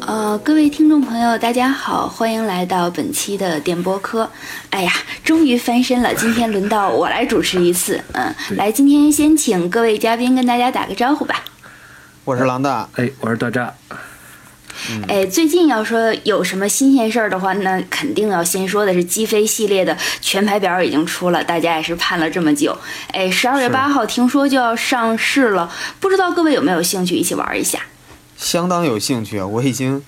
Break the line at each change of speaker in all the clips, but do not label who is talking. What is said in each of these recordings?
呃，各位听众朋友，大家好，欢迎来到本期的电波科。哎呀，终于翻身了，今天轮到我来主持一次。嗯，
对
来，今天先请各位嘉宾跟大家打个招呼吧。
我是狼大，
哎，我是大扎，
哎，最近要说有什么新鲜事儿的话，那肯定要先说的是击飞系列的全排表已经出了，大家也是盼了这么久。哎，十二月
是
八号听说就要上市了，不知道各位有没有兴趣一起玩一下？
相当有兴趣啊！我已经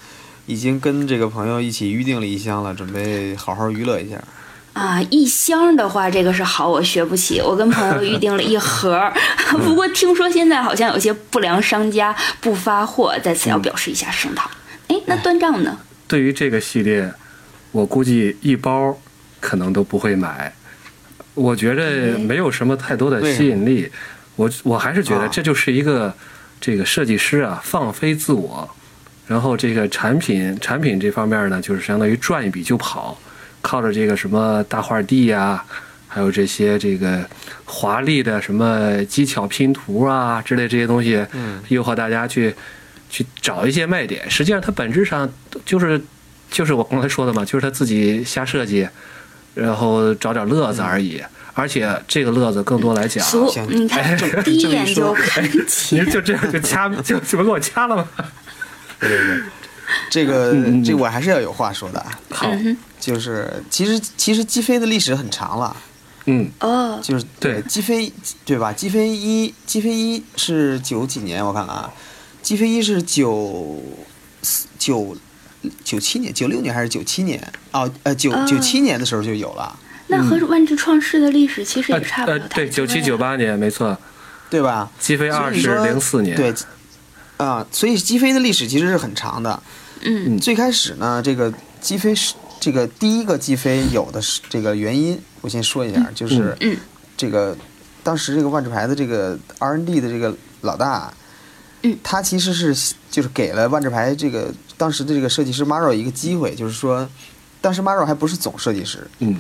已经跟这个朋友一起预定了一箱了，准备好好娱乐一下。
啊，一箱的话，这个是好，我学不起。我跟朋友预定了一盒 儿，不过听说现在好像有些不良商家不发货，在此要表示一下声讨。哎，那断账呢？
对于这个系列，我估计一包可能都不会买。我觉着
嗯
没有什么太多的吸引力，我我还是觉得
啊
这就是一个、这个设计师啊放飞自我，然后这个产品产品这方面呢，就是相当于赚一笔就跑，靠着这个什么大画地呀、还有这些这个华丽的什么技巧拼图啊之类这些东西，
嗯
诱惑大家去去找一些卖点。实际上，它本质上就是就是我刚才说的嘛，就是他自己瞎设计，然后找点乐子而已。而且这个乐子更多来讲，
俗
行，
你看， 这第一眼就看
你
起。
就这样就掐就就给我掐了吗？
对对对，这个
嗯嗯嗯
这我还是要有话说的啊，
好，
就是其实其实击飞的历史很长了，
嗯，
哦，
就是
对
击飞对吧？击飞一击飞一是九几年？我看看啊，击飞一是九九九七年、九六年还是九七年？哦，呃，九
啊
九七年的时候就有了，
那和万智创世的历史其实
哦
呃
也差不
嗯呃
了，太
对，九
多
七
呀
九八年没错，
对吧？
击飞
所
二
以你
是
说
零四年，
对，啊、所以击飞的历史其实是很长的。
嗯
最开始呢，这个击飞是这个第一个击飞有的是这个原因，我先说一下，就是
嗯
这个当时这个万智牌的这个 R&D 的这个老大，
嗯
他其实是就是给了万智牌这个当时的这个设计师 Maro 一个机会，就是说，当时 Maro 还不是总设计师，
嗯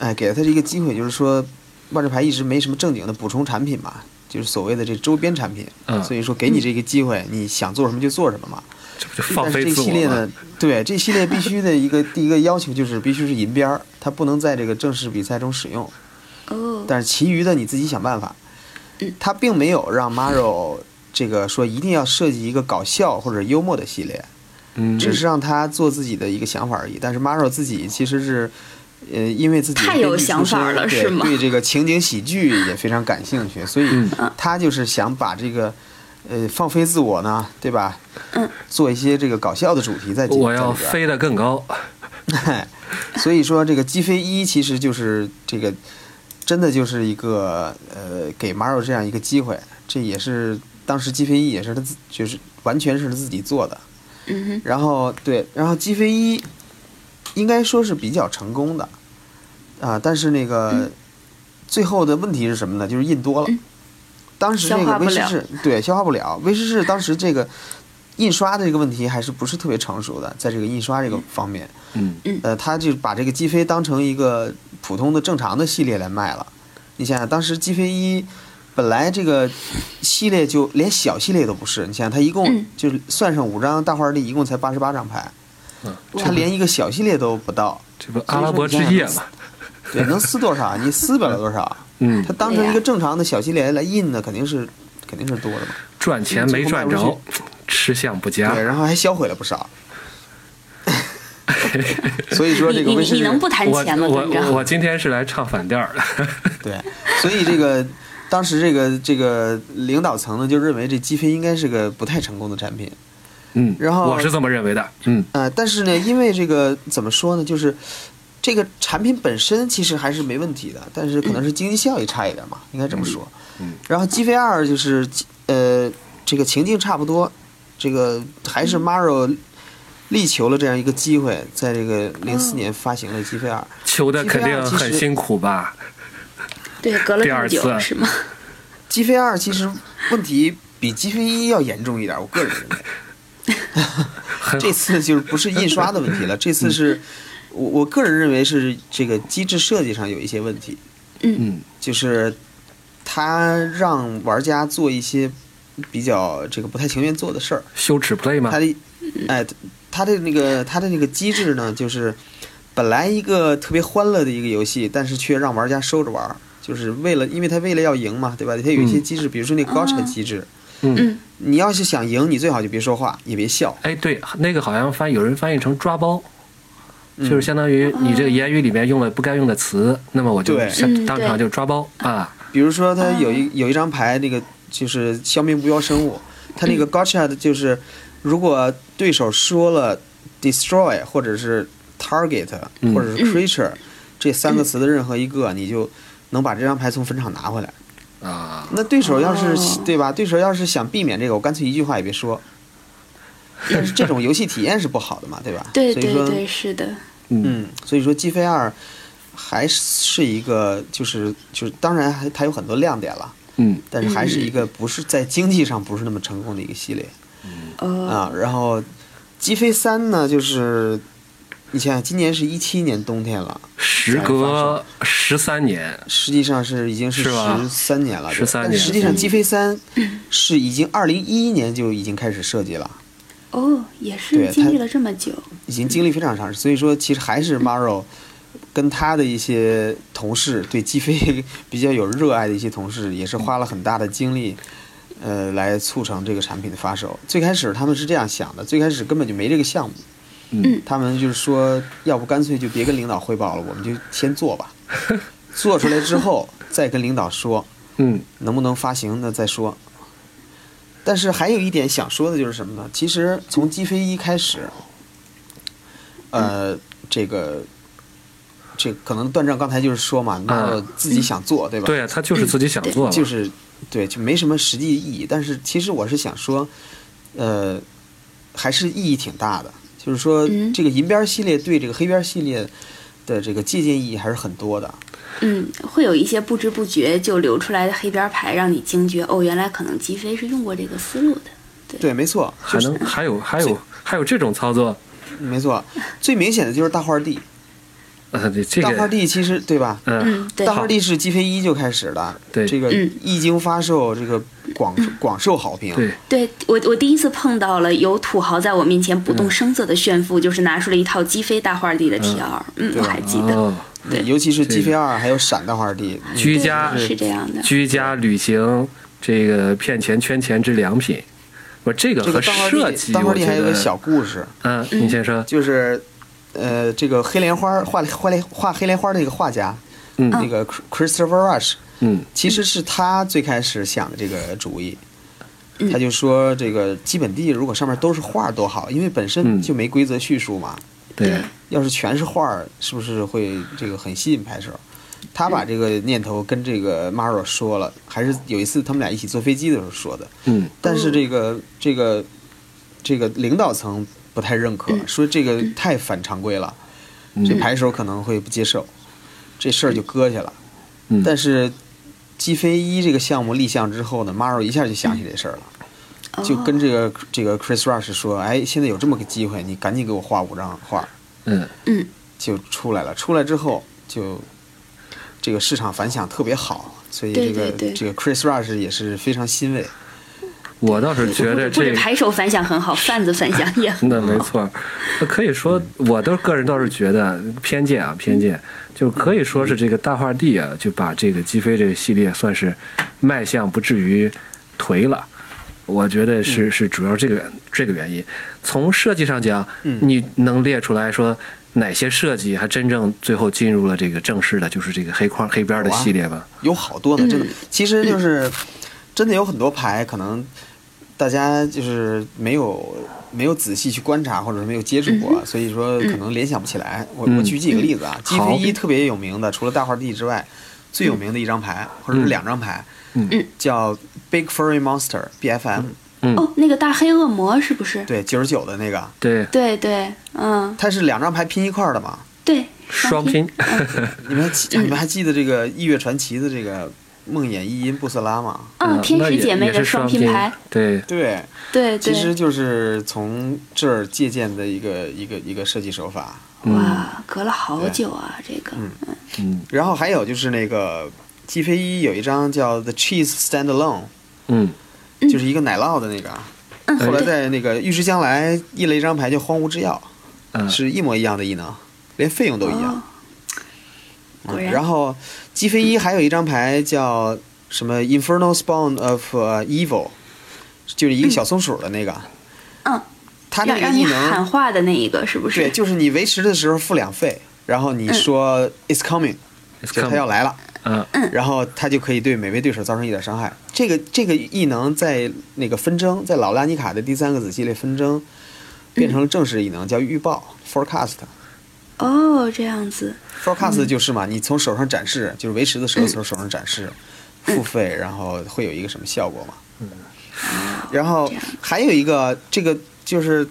哎，给了他一个机会，就是说，万智牌一直没什么正经的补充产品嘛，就是所谓的这周边产品，
嗯
所以说给你这个机会，你想做什么就做什么嘛。
这不就
但
放
是
飞
这
自
系列
我
呢
吗？，
对这系列必须的一个第一个要求就是必须是银边儿，它不能在这个正式比赛中使用，
嗯
哦，
但是其余的你自己想办法。
嗯
他并没有让 Maro 这个说一定要设计一个搞笑或者幽默的系列，
嗯，
只是让他做自己的一个想法而已。但是 Maro 自己其实是，呃，因为自己
太
编剧
有
出
想法
身
了
对
是吗
对这个情景喜剧也非常感兴趣，所以
嗯
他就是想把这个，呃，放飞自我呢，对吧？
嗯，
做一些这个搞笑的主题在进
我要。
在里边
飞得更高，
所以说，这个击飞一其实就是这个，真的就是一个呃，给 Maro 这样一个机会，这也是当时击飞一也是他自就是完全是他自己做的。
嗯
然后对，然后击飞一应该说是比较成功的啊、但是那个、
嗯
最后的问题是什么呢？就是印多了，当时这
消化
个
不
威士
了
忌对消化不了，威士忌当时这个印刷的这个问题还是不是特别成熟的，在这个印刷这个方面，
嗯
呃，他就把这个击飞当成一个普通的正常的系列来卖了。你想想，当时击飞一本来这个系列就连小系列都不是，你想想，它一共
嗯
就是算上五张大花地，一共才八十八张牌，
嗯，
它连一个小系列都不到，
这不阿拉伯之夜嘛，
对，能撕多少？你撕不了多 少。
嗯
它，当成一个正常的小系列来印呢，肯定是肯定是多的嘛。
赚钱没赚
最后卖
着
不，
吃相不佳
对，，然后还销毁了不少。所以说
你
这个
你
威士
你
忌
能不谈
我
钱吗？
我
团
我
长，
我今天是来唱反调的，
对，所以这个当时这个这个领导层呢就认为这鸡飞应该是个不太成功的产品。
嗯，
然后
我是这么认为的，嗯
呃，但是呢，因为这个怎么说呢，就是这个产品本身其实还是没问题的，但是可能是经济效益差一点嘛，应该这么说。
嗯嗯
然后 G V 二就是呃，这个情境差不多，这个还是 Maro 力求了这样一个机会，在这个零四年发行了 G V 二。
求的肯定很辛苦吧？
对，隔了
第
这么
二
久
次
是吗？
G V 二其实问题比 G V 一要严重一点，我个人认为。
很嗯
这次就是不是印刷的问题了，这次是我我个人认为是这个机制设计上有一些问题，
嗯
就是他让玩家做一些比较这个不太情愿做的事儿，
羞耻 play 吗
他？的哎它的那个它的那个机制呢，就是本来一个特别欢乐的一个游戏，但是却让玩家收着玩儿，就是为了，因为它为了要赢嘛，对吧？它有一些
嗯
机制，比如说那个 gotcha 机制，
嗯，
你要是想赢，你最好就别说话，也别笑，
哎，对，那个好像翻有人翻译成抓包，
嗯
就是相当于你这个言语里面用了不该用的词，那么我就
对
像
嗯
当
对
场就抓包啊。
比如说，
嗯
它有一有一张牌，那个就是消灭目标生物，它
嗯
那个 gotcha 的就是，如果对手说了 destroy 或者是 target
嗯
或者是 creature 这
嗯
三个词的任何一个，你就能把这张牌从坟场拿回来。
啊，
那对手要是
哦
对吧？对手要是想避免这个，我干脆一句话也别说。但是这种游戏体验是不好的嘛，对吧？
对
所以
对
说，
对，是的，
嗯，
嗯，所以说 G 飞二还是一个，就是就是，当然还它有很多亮点了。
嗯，
但是还是一个不是在经济上不是那么成功的一个系列
哦，
啊。然后《击飞三》呢，就是你想想，今年是一七年冬天了，
时隔十三年，
实际上是已经是
是吧
十三年了，对
13
但是实际
年
上，《
嗯
击飞三》是已经二零一一年就已经开始设计了，
哦，也
对
是
它
经历了这么久，
已经经历非常长，所以说其实还是 Maro 跟他的一些同事对击飞比较有热爱的一些同事，也是花了很大的精力，呃，来促成这个产品的发售。最开始他们是这样想的，最开始根本就没这个项目，
嗯，
他们就是说，要不干脆就别跟领导汇报了，我们就先做吧，做出来之后再跟领导说，
嗯
能不能发行呢再说。但是还有一点想说的就是什么呢？其实从 G 飞一开始，呃，这个这可能段正刚才就是说嘛，那自己想做、对吧？
对啊，他就是自己想做嘛，
就是对，就没什么实际意义。但是其实我是想说，呃，还是意义挺大的。就是说，
嗯
这个银边系列对这个黑边系列的这个借鉴意义还是很多的。
嗯，会有一些不知不觉就流出来的黑边牌，让你惊觉哦，原来可能吉飞是用过这个思路的。
对，没错，
还能还有还有还有这种操作，
没错。最明显的就是大花地，
呃，这这
大花
个，
地其实对吧？
嗯
嗯，对
大，花地是 G 飞一就开始的，
对
这个
嗯
一经发售，这个广广受好评。
对，
对我我第一次碰到了有土豪在我面前不
嗯
动声色的炫富，就是拿出了一套击飞大花地的 TR，嗯，
对
我
吧
还记得，
哦，
对
尤其是 G
这
飞二还有闪大花地，嗯
居家
对是这样的，
居家旅行这个骗钱圈钱之良品，我这个和
这个大花
设
地，
计，
大花
我
地
觉
还有个
得，
小故事。
嗯，你先说，
就是，呃，这个黑莲花画画莲画黑莲花的一个画家，
嗯
那个 Christopher Rush，
嗯
其实是他最开始想的这个主意。
嗯
他就说，这个基本地如果上面都是画儿多好，因为本身
嗯
就没规则叙述嘛。
对，
要是全是画儿，是不是会这个很吸引拍手？他把这个念头跟这个 Maro 说了，还是有一次他们俩一起坐飞机的时候说的。
嗯
但是这个这个这个领导层不太认可，说这个太反常规了，这
嗯
牌手可能会不接受，这事儿就搁下了。
嗯，
但是 G 飞一这个项目立项之后呢，Maro 一下就想起这事儿了，
嗯
就跟这
哦
个这个 Chris Rush 说，哎，现在有这么个机会，你赶紧给我画五张画，
嗯
嗯
就出来了。出来之后就这个市场反响特别好，所以这
对
个
对对
这个 Chris Rush 也是非常欣慰。
我倒是觉得
不
这
止
个。
牌手反响很好，贩子反响也很
那没
好，
错，可以说，我都个人倒是觉得偏见啊，偏见，就可以说是这个大画地啊，就把这个击飞这个系列算是迈向不至于颓了。我觉得是是主要这个这个原因。从设计上讲，你能列出来说哪些设计还真正最后进入了这个正式的，就是这个黑框黑边的系列吧？
有好多呢，真 的，其实就是真的有很多牌，可能大家就是没有没有仔细去观察，或者是没有接触
嗯
过，所以说可能联想不起来。我我举几个例子啊，鸡
好
飞一特别有名的，除了大花地之外，最有名的一张牌或者是两张牌，
嗯
叫 Big Furry Monster BFM，
哦，那个大黑恶魔是不是？
对，九十九的那个，
对，
对对，嗯，
它是两张牌拼一块儿的嘛。
对，
双
拼
拼，
你们还记你们还记得这个《异月传奇》的这个梦魇一音布色拉吗？
嗯，天
呃啊那
使
也
姐妹
也是
的
双
双拼牌，
对，
对，
对
其实
对，
就是从这儿借鉴的一个一个一个设计手法。
哇，隔了好久啊，这个，
嗯
然后还有就是那个 G 飞一有一张叫 The Cheese Stand Alone，
嗯
就是一个奶酪的那个，
嗯，
后来
对
在那个预知将来印了一张牌叫《荒芜之钥
嗯》，，
是一模一样的异能，连费用都一样
哦。果
嗯
然
然后基飞一还有一张牌叫什么 Infernal Spawn of uh, Evil，就是一个小松鼠的那个。
嗯，
他那
让
个
让
异
你
能
喊话的那一个是不是？
对，就是你维持的时候付两费，然后你
嗯
说 It's coming，就他要来了。
嗯
然后他就可以对每位对手造成一点伤害。这个这个异能在那个纷争，在老拉尼卡的第三个子系列纷争变成了正式异能，叫预报 （forecast）。
哦，这样子，
forecast 就是
嗯
嘛，你从手上展示，就是维持的时候从手上展示，
嗯
付费，然后会有一个什么效果嘛？然后
哦这样
还有一个，这个就是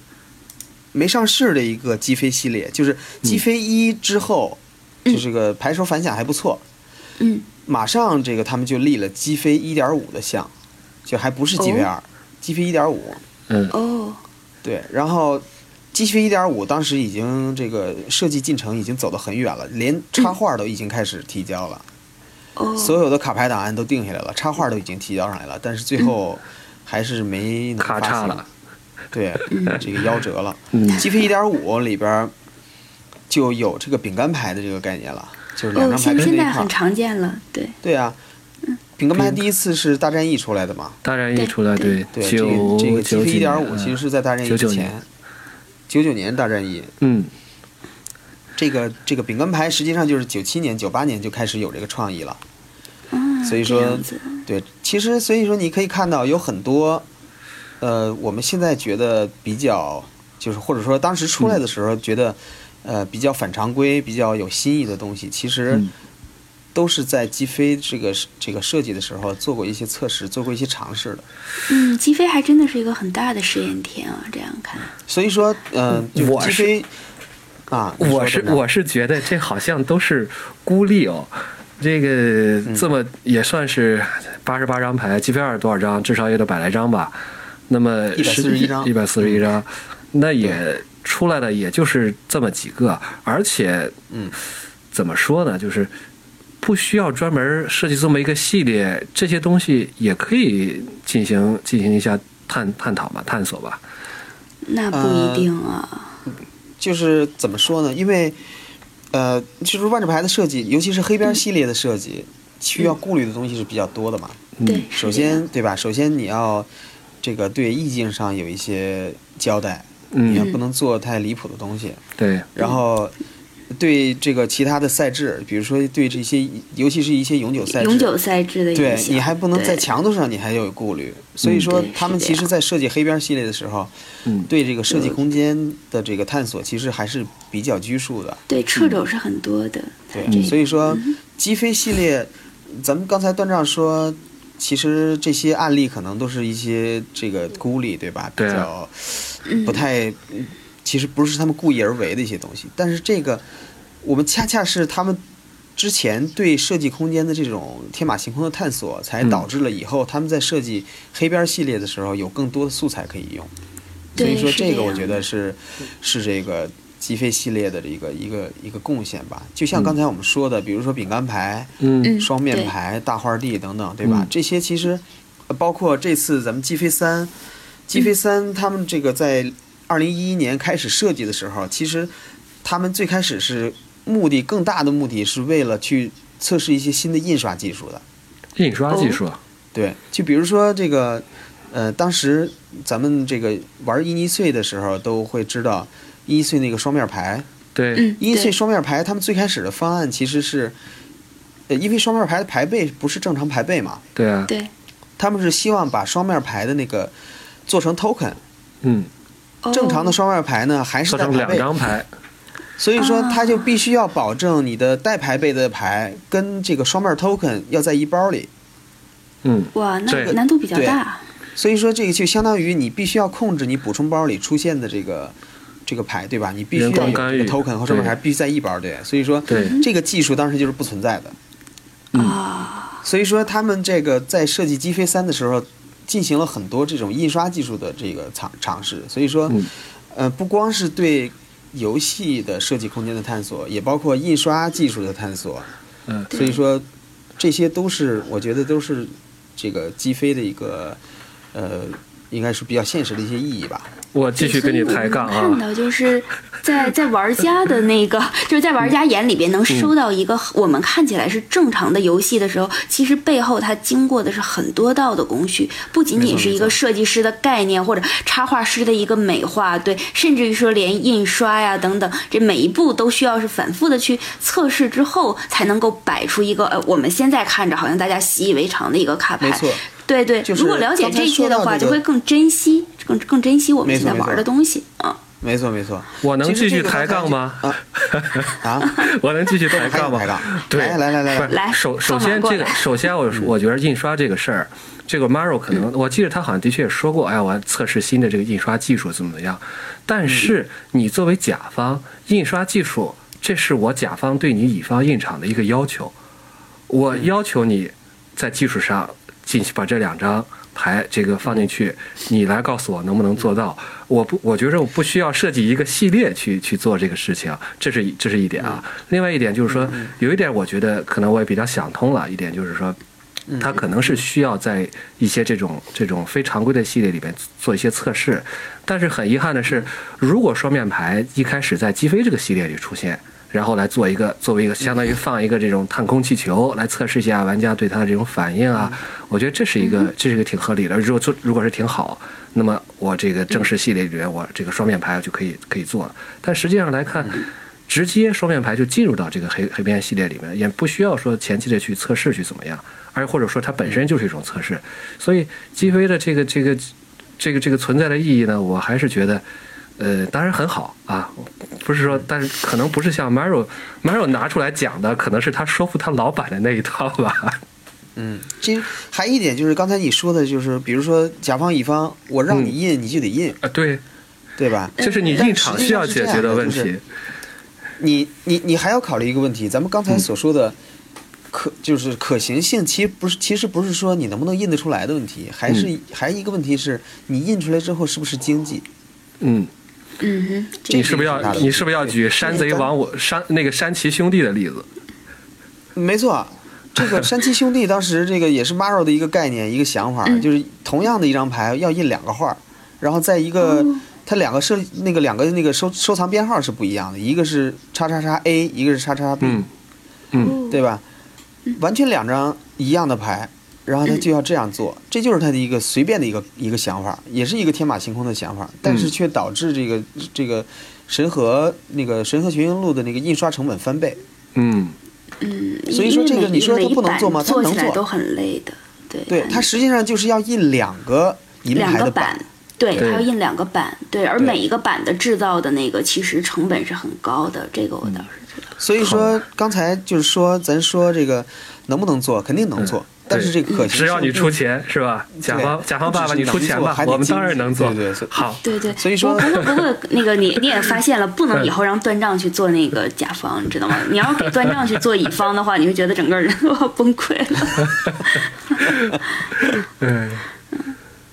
没上市的一个击飞系列，就是击飞一之后，就这个牌手反响还不错，
嗯，
马上这个他们就立了击飞一点五的项，就还不是击飞二，击飞一点五。
嗯
哦，
对，然后机飞一点五当时已经这个设计进程已经走得很远了，连插画都已经开始提交了，
哦，
所有的卡牌档案都定下来了，插画都已经提交上来了，但是最后还是没能
咔
发
嚓
行
了，
对，这个夭折了。
嗯
机飞一点五里边儿就有这个饼干牌的这个概念了，就是两
哦，
张牌
现
拼
现
在
在
一块
很嗯
儿。
常见了，对，
对啊，饼干牌第一次是大战役出来的嘛，
大战役出来，对，
对，这个这
九
个
九
GP 一
几
点
年
五
嗯
其实是在大战役之
99
前
年，
九九年大战役，
嗯
这个这个饼干牌实际上就是九七年、九八年就开始有这个创意了。
啊，
所以
这
说
样子
对，其实所以说你可以看到有很多，呃，我们现在觉得比较就是或者说当时出来
嗯
的时候觉得，呃，比较反常规、比较有新意的东西，其实
嗯
都是在击飞这个这个设计的时候做过一些测试、做过一些尝试的。
嗯，击飞还真的是一个很大的试验田啊，这样看，
所以说，嗯、就是
我
击
是
飞啊，你说
我是
怎么样
我是觉得这好像都是孤立哦，这个
嗯
这么也算是八十八张牌，G P 二多少张？至少也得百来张吧。那么
141张嗯
一百四十一张，嗯那也出来的也就是这么几个，而且
嗯，
怎么说呢，就是。不需要专门设计这么一个系列，这些东西也可以进行进行一下探探讨吧，探索吧。
那不
呃
一定啊，
就是怎么说呢？因为，呃，就是万智牌的设计，尤其是黑边
嗯
系列的设计，需要顾虑的东西是比较多的嘛。
对，是
呃嗯首
这样
先，对吧？首先你要这个对意境上有一些交代，你要
嗯，
不能做太离谱的东西。
对，
然后，对这个其他的赛制，比如说对这些，尤其是一些永久赛制，
永久赛制的影
对
响，
你还不能
对
在
嗯
强度上你还有顾虑，所以说
对
他们
是
其
这
实，
样
在设计黑边系列的时候，
嗯
对这个设计空间的这个探索其实还是比较拘束的，
对掣肘是很多的，
嗯
嗯
对，所以说击飞系列，咱们刚才段丈说，其实这些案例可能都是一些这个孤立，对吧？比
对啊
较
嗯
不太，其实不是他们故意而为的一些东西，但是这个我们恰恰是他们之前对设计空间的这种天马行空的探索，才
嗯
导致了以后他们在设计黑边系列的时候有更多的素材可以用。所以
对
说
是
这
这
个我
样
觉得是是这个击飞系列的一个一个一个贡献吧。就像刚才我们说的，比如说饼干牌、
嗯
嗯
双面
对
牌、大花地等等，对吧？
嗯
这些其实呃包括这次咱们击飞三，击飞三他们这个在二零一一年开始设计的时候，其实他们最开始是目的更大的目的是为了去测试一些新的印刷技术的。
印刷技
哦
术，
对，就比如说这个，呃，当时咱们这个玩一尼碎的时候，都会知道一尼碎那个双面牌，
对，
嗯，
一尼碎
对
双面牌，他们最开始的方案其实是，呃，因为双面牌的牌背不是正常牌背嘛，
对啊，
对，
他们是希望把双面牌的那个做成 token，
嗯，
哦
正常的双面牌呢还是
做
带
成
牌
两
背，
张牌，
所以说他就必须要保证你的带牌背的牌跟这个双面 token 要在一包里。
嗯，
哇，那
对
难度比较
对
大，
所以说这个就相当于你必须要控制你补充包里出现的这个这个牌，对吧？你必须
人
要
工
有
干
这
预
个 token 和上面牌必须在一包，对。所以说
对
这个技术当时就是不存在的。
啊，
所以说他们这个在设计击飞三的时候，进行了很多这种印刷技术的这个尝尝试。所以说，
嗯
呃，不光是对游戏的设计空间的探索，也包括印刷技术的探索。
嗯，
所以说，这些都是我觉得都是这个击飞的一个呃应该是比较现实的一些意义吧。
我继续跟你抬杠
所以我能看
啊！
到就是在在玩家的那个，就是在玩家眼里边能收到一个我们看起来是正常的游戏的时候，其实背后它经过的是很多道的工序，不仅仅是一
没错没错
个设计师的概念或者插画师的一个美化，对，甚至于说连印刷呀等等，这每一步都需要是反复的去测试之后，才能够摆出一个呃我们现在看着好像大家习以为常的一个卡牌。
没错，
对对，
就是
如果了解
刚才
这些的
说到
话，
这
就
个
会更珍惜，更更珍惜我们
没
现
错
在玩
没错
的东西啊。
没错，没错。
我能
其实
继续
这个
抬
刚才
杠
就
吗？
啊啊！
我能继续抬
还
杠
有
吗
抬？杠，
对，
来来来来
不是
来
首首
放马
先
过
这个，
来嗯
首先我我觉得印刷这个事儿，这个 Maro 可能我记得他好像的确也说过，哎呀，我要测试新的这个印刷技术怎么怎么样。但
嗯
是你作为甲方，印刷技术这是我甲方对你乙方印厂的一个要求，我要求你在技术上进行把这两张。牌这个放进去，你来告诉我能不能做到？我不，我觉着我不需要设计一个系列去去做这个事情，这是一这是一点啊。另外一点就是说，有一点我觉得可能我也比较想通了一点，就是说，它可能是需要在一些这种这种非常规的系列里边做一些测试，但是很遗憾的是，如果双面牌一开始在击飞这个系列里出现，然后来做一个作为一个相当于放一个这种探空气球来测试一下玩家对它的这种反应啊，我觉得这是一个这是一个挺合理的。如果做如果是挺好，那么我这个正式系列里面我这个双面牌就可以可以做了。但实际上来看。直接双面牌就进入到这个黑黑边系列里面，也不需要说前期的去测试去怎么样，而或者说它本身就是一种测试。所以击飞的这个这个这个这个存在的意义呢，我还是觉得，呃，当然很好啊，不是说，但是可能不是像 Maro Maro 拿出来讲的，可能是他说服他老板的那一套吧。
嗯，其实还一点就是刚才你说的，就是比如说甲方乙方，我让你印你就得印，
啊，对，
对吧？
这是你
但
印厂
呃实际
需要
上是这
解决
样的
问
就是
题。
你你你还要考虑一个问题，咱们刚才
嗯
所说的可就是可行性，其实不是，其实不是说你能不能印得出来的问题，还是、还一个问题是你印出来之后是不是经济？
嗯，
嗯哼，这
你
个
是不是要
这个
你是不是要举山贼王我山那个山崎兄弟的例子？
没错，这个山崎兄弟当时这个也是 Maro 的一个概念，一个想法，就是同样的一张牌要印两个画儿，然后在一个、它两个设那个两个那个收收藏编号是不一样的，一个是叉叉叉 A，一个是叉叉 B，、
嗯嗯
对吧？完全两张一样的牌，然后他就要这样做，这就是他的一个随便的一个一个想法，也是一个天马行空的想
嗯
法，但是却导致这个这个神河那个神河群英录的那个印刷成本翻倍。
嗯，
所以说这个你说它
它
不能做吗它
做
能
起来
做
都很累的，对
对，它实际上就是要印两个银
两
牌
个
的
版。对，
对
它要印两个版，对，而
对
每一个版的制造的那个其实成本是很高的，这个我倒是知道。
所以说刚才就是说咱说这个能不能做，肯定能做，但是这个可
嗯
行
只要你
性
出钱是吧？甲方甲方爸爸，你出钱吧，我们当然能做。
对对对
好，
对对，
所以说
不过不过不过那个你你也发现了，不能以后让断账去做那个甲方，你知 道吗？你要是给断账去做乙方的话，你会觉得整个人都要崩溃了。
嗯，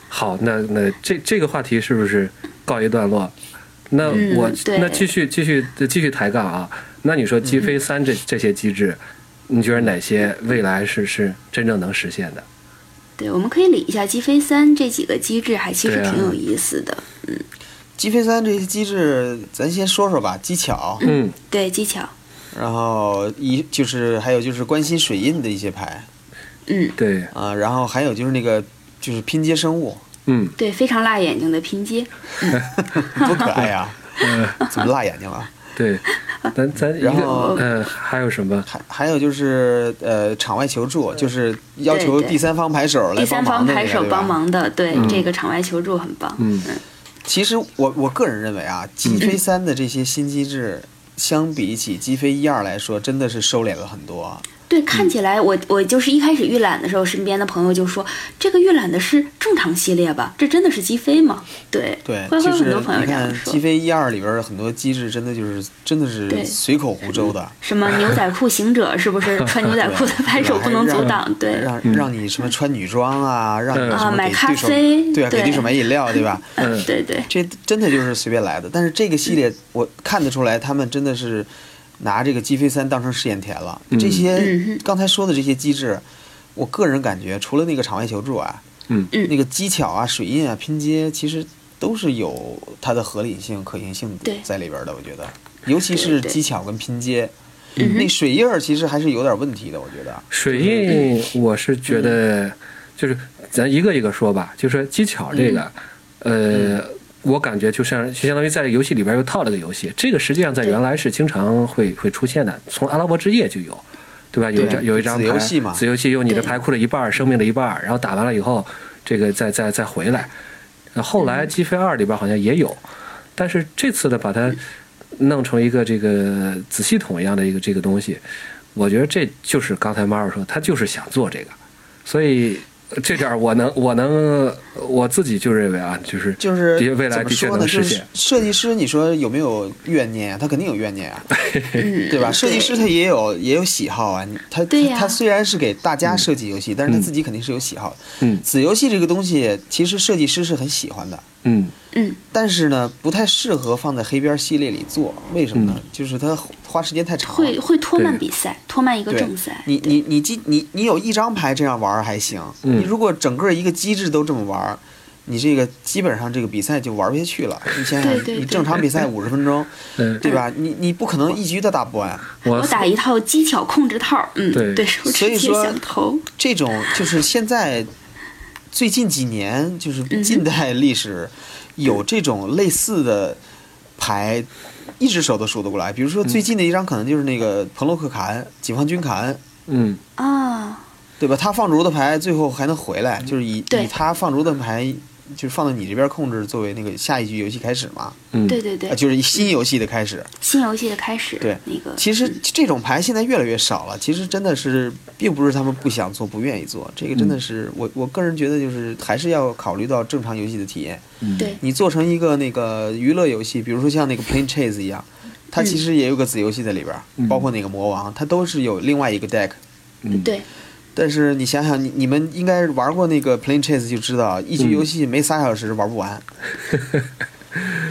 好，那那这这个话题是不是告一段落？那
嗯
我、
对嗯
那继续继续继续抬杠啊！那你说击飞三这、这些机制，你觉得哪些未来是是真正能实现的？
对，我们可以理一下击飞三这几个机制，还其实
对啊
挺有意思的。
G 飞三这些机制，咱先说说吧，技巧，
嗯
对，技巧，
然后一就是还有就是关心水印的一些牌
嗯，
对，
啊、然后还有就是那个就是拼接生物，
嗯，
对，非常辣眼睛的拼接。
多可爱呀、
嗯
怎么辣眼睛了？
对，咱咱一
然
个
后
呃还有什么？
还还有就是呃场外求助，就是要求
对对
第三方牌手来
第三
帮忙
方
的那个，
拍手
对吧嗯
帮忙的，对这个场外求助很棒。
嗯
其实我我个人认为
嗯
啊，击飞三的这些新机制，相比起击飞一二来说，真的是收敛了很多啊。
对，看起来我我就是一开始预览的时候，身边的朋友就说，这个预览的是正常系列吧？这真的是击飞吗？对，
对，
会会
就
有
是
很多朋友
你
这样
看
说
击。飞一二里边很多机制，真的就是真的是
对
随口胡诌的，
什 么牛仔裤行者是不是穿牛仔裤的拍呃手不能阻挡？对，
啊
嗯
让让你什么穿女装啊，让
嗯
你什
啊
么
买
给
咖
对手
啡
对啊，给
对
对手买饮料，对吧？
嗯
对对嗯
这真的就是随便来的。但是这个系列我看得出来，他们真的是拿这个击飞三当成试验田了。这些
嗯
刚才说的这些机制，我个人感觉除了那个场外求助啊，
嗯
嗯
那个技巧啊、水印啊、拼接，其实都是有它的合理性、可行性
对
在里边的。我觉得，尤其
对
是
对
技巧跟拼接，
嗯
那
哼，
水印儿其实还是有点问题的。我觉得，
水印，我是觉得
嗯
就是咱一个一个说吧，就说技巧这个，
嗯
呃，我感觉就像就相当于在游戏里边又套了个游戏，这个实际上在
对
原来是经常会会出现的，从阿拉伯之夜就有。对吧？有一张
对
有一张
子
牌，
游戏嘛
子游戏用你的
对
牌库的一半儿，生命的一半儿，然后打完了以后，这个再再再回来。然后后
嗯
来《击飞二》里边好像也有，但是这次呢，把
嗯
它弄成一个这个子系统一啊样的一个这个东西，我觉得这就是刚才马尔说，他就是想做这个，所以呃这点儿我能我能我自己就认为啊，就是
就是
的确未来
怎
的
么
确
说呢？
能
就
实
是
现，
设计师，你说有没有怨念啊？他肯定有怨念 啊。
嗯
对吧？设计师他也有也有喜好啊，你他
对呀
他他虽然是给大家设计游戏，但是他自己肯定是有喜好的。
嗯
子游戏这个东西，其实设计师是很喜欢的，
嗯
嗯
但是呢，不太适合放在黑边系列里做。为什么呢？
嗯
就是它花时间太长
会
了。
会拖慢
对
比赛，拖慢一个
对
正赛，。
你你你机你你有一张牌这样玩儿还行，
嗯
你如果整个一个机制都这么玩儿，你这个基本上这个比赛就玩不下去了。你想想
对，对
你
对
正常比赛五十分钟，
嗯，
对吧？你你不可能一局都打不完。
我
我打一套技巧控制套，嗯，
对
对手
所
直
以
接
说
想投，
这种就是现在最近几年，
嗯
就是近代历史有这种类似的牌，一只手都数得过来。比如
嗯
说最近的一张可能就是那个彭洛克卡恩解放军卡恩，
嗯
啊，
对吧？他放逐的牌最后还能回来，就是以
对
以他放逐的牌。就是放到你这边控制，作为那个下一局游戏开始嘛，
嗯
对对对
呃，就是新游戏的开始。
新游戏的开始，
对
那个
其实
嗯
这种牌现在越来越少了，其实真的是并不是他们不想做、不愿意做，这个
嗯
真的是我我个人觉得就是还是要考虑到正常游戏的体验。
嗯
对
你做成一个那个娱乐游戏，比如说像那个 Plane Chase 一样，它
嗯
其实也有个子游戏在里边儿，
嗯
包括那个魔王，它都是有另外一个 deck。
嗯
对，
但是你想想，你你们应该玩过那个 Plane Chase 就知
嗯
道，一局游戏没仨小时玩不完。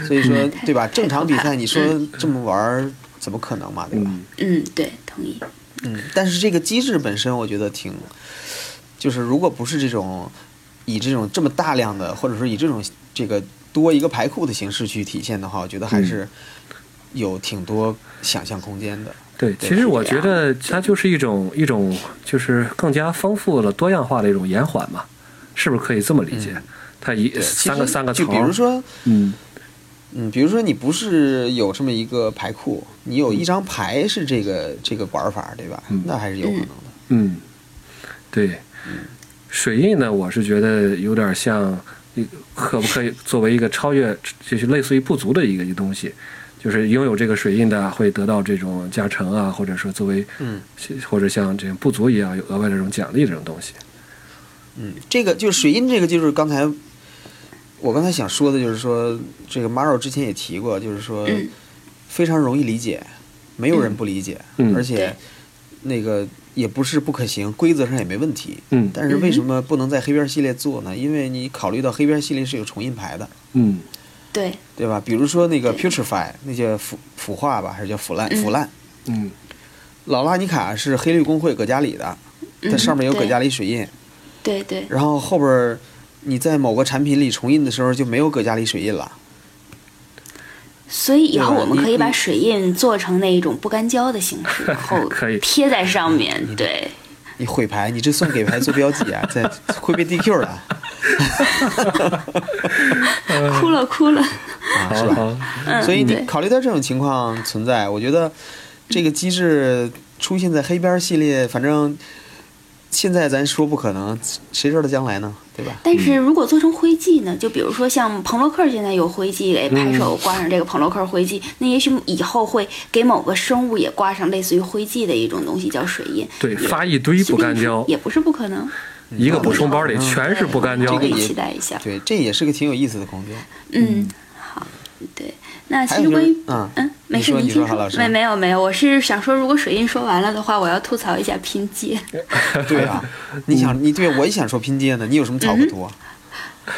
所以说，对吧？正常比赛你说这么玩儿，怎么可能嘛，对吧？
嗯
嗯，对，同意，
嗯，但是这个机制本身，我觉得挺，就是如果不是这种以这种这么大量的，或者说以这种这个多一个牌库的形式去体现的话，我觉得还
嗯
是有挺多想象空间的。
对，其实我觉得它就是一种一种，就是更加丰富了、多样化的一种延缓嘛，是不是可以这么理解？它一
嗯对，
三个
其实
三个头
就
儿，
比如说，
嗯，
嗯，比如说你不是有这么一个牌库，你有一张牌是这个这个玩法，对吧？
嗯
那还是有可能的。
嗯，对，水印呢，我是觉得有点像，一可不可以作为一个超越， 就是类似于不足的一个一个东西，就是拥有这个水印的会得到这种加成啊，或者说作为，
嗯，
或者像这样不足一样有额外的这种奖励这种东西，
嗯，这个就是水印，这个就是刚才我刚才想说的，就是说这个 Maro 之前也提过，就是说
嗯
非常容易理解，没有人不理解，
嗯
而且
对
那个也不是不可行，规则上也没问题。
嗯
但是为什么不能在黑边系列做呢？因为你考虑到黑边系列是有重印牌的，
嗯
对，
对吧？比如说那个
对
Putrefy，那叫腐腐化吧，还是叫腐烂？
嗯
腐烂。
嗯
老拉尼卡是黑绿工会葛加里的，它
嗯
上面有葛
对
加里水印，
对对
然后后边儿你在某个产品里重印的时候就没有葛加里水印了。
所以以后
对吧
我们
你
可以把
你
水印做成那一种不干胶的形 式，然后
可以
贴在上 面。对，
你毁牌，你这算给牌做标记 啊，在会被 DQ 的啊，
嗯
哭了哭了。
啊是
好
吧？
好，
嗯，
所以你
对
考虑到这种情况存在，我觉得这个机制出现在黑边系列，反正现在咱说不可能，谁知道将来呢？对吧？
但是如果做成徽记呢？就比如说像彭洛克现在有徽记，给拍
嗯
手挂上这个彭洛克徽记，那也许以后会给某个生物也挂上类似于徽记的一种东西，叫水印。
对，
也
发一堆不干胶，
也不是不可能。嗯
一个补充包里全是不干胶
对可
这个
以
也
期待一下。
对，这也是个挺有意思的 空间。
嗯，好，对。那
还
其实
有就
关
是
于，
嗯
嗯，没
你
事，
说
您
你说
听
韩老师
没没有没有，我是想说，如果水印说完了的话，我要吐槽一下拼接，
对啊，你想，你对我也想说拼接呢，你有什么
嗯
槽可吐啊？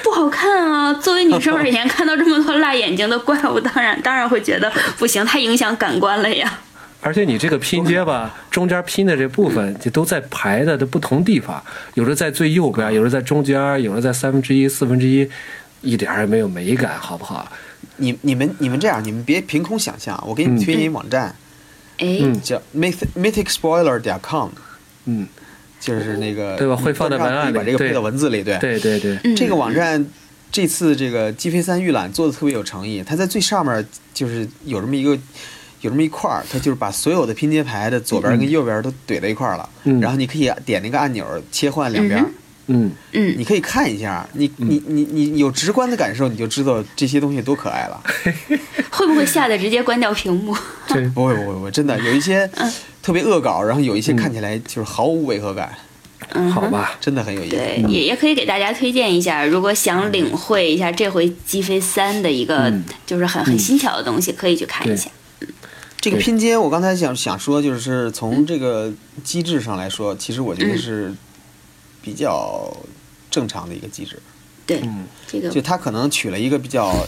不好看啊！作为女生而言，看到这么多辣眼睛的怪物，当然当然会觉得不行，太影响感官了呀。
而且你这个拼接吧，中间拼的这部分就都在排的的不同地方，有的在最右边，
嗯
有的在中间，有的在三分之一、四分之一，一点儿也没有美感，好不好？
你你们你们这样，你们别凭空想象，啊我给你推荐一网站，
哎，
嗯
叫 myth mythic spoiler 点 com，
嗯，
就是那个
对吧会放在文案里
你把这个
对
配到文字里，对
对对对，
嗯
这个网站这次这个 G 飞三预览做的特别有诚意，它在最上面就是有这么一个有这么一块儿，它就是把所有的拼接牌的左边跟右边都怼到一块儿了，
嗯
然后你可以点那个按钮切换两边，
嗯哼
嗯，
嗯，
你可以看一下，你你你你有直观的感受，你就知道这些东西多可爱了。嗯
会不会吓得直接关掉屏幕？
对，
不会不会不会，真的有一些
嗯
特别恶搞，然后有一些看起来就是毫无违和感，
嗯，
好。吧，
真的很有意思。
对，也也可以给大家推荐一下，如果想领会一下这回《击飞三》的一个
嗯
就是很很新巧的东西，可以去看一下。
这个
对
拼接，我刚才想想说，就是从这个机制上来说，其实我觉得
嗯
是比较正常的一个机制，
对，
嗯
这个
就它可能取了一个比较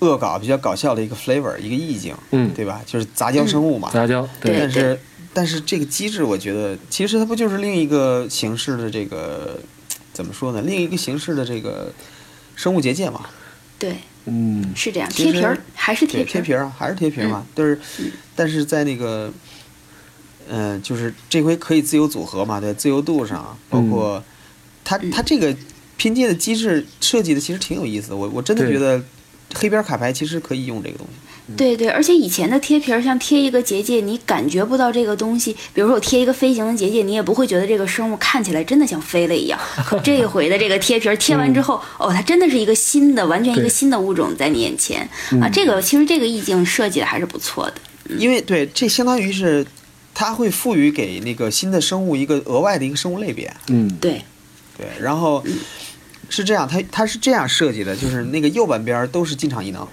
恶搞、比较搞笑的一个 flavor，一个意境，
嗯，
对吧？就是杂交生物
嗯
嘛。
杂交，
对
对，
但是，但是这个机制，我觉得其实它不就是另一个形式的这个怎么说呢？另一个形式的这个生物结界嘛。
对
嗯，
是这样，
其
贴
实
皮儿还是贴
对，
皮
贴
儿。嗯
皮儿啊，还是贴皮儿嘛，就是，但是在那个，嗯、就是这回可以自由组合嘛，对，自由度上，啊
嗯
包括、它它这个拼接的机制设计的其实挺有意思的，我我真的
对
觉得黑边卡牌其实可以用这个东西，
对对，而且以前的贴皮儿，像贴一个结界，你感觉不到这个东西。比如说我贴一个飞行的结界，你也不会觉得这个生物看起来真的像飞了一样。可这一回的这个贴皮儿贴完之后，哦，它真的是一个新的，完全一
对
个新的物种在你眼前啊！这个其实这个意境设计的还是不错的。
因为对这相当于是它会赋予给那个新的生物一个额外的一个生物类别，
嗯，
对，
对，然后是这样，它它是这样设计的，就是那个右半边儿都是进场异能。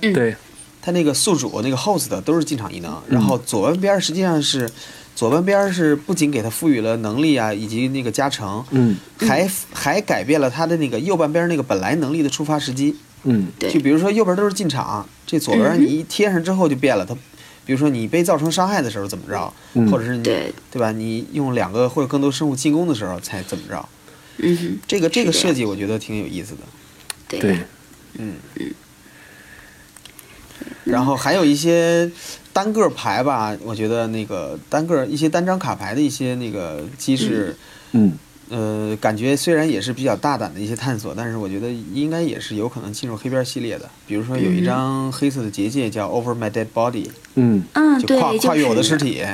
对，
它那个宿主那个 host 都是进场异能，然后左半边儿实际上是左半边儿是不仅给它赋予了能力啊，以及那个加成，
嗯
还还改变了它的那个右半边儿那个本来能力的触发时机。
嗯，
对嗯
就比如说右边都是进场，这左边儿你一贴上之后就变了，它。比如说你被造成伤害的时候怎么着，
嗯
或者是你
对
对吧？你用两个或者更多生物进攻的时候才怎么着？
嗯哼，
这个这个
是这
设
样
计我觉得挺有意思的。
对
对，
嗯，
嗯
然后还有一些单个牌吧，我觉得那个单个一些单张卡牌的一些那个机制，
嗯，
呃，感觉虽然也是比较大胆的一些探索，但是我觉得应该也是有可能进入黑边系列的。比如说
嗯
有一张黑色的结界叫 Over My Dead Body，
嗯，
嗯，
就
对，
跨
就
跨越我的
是
尸体。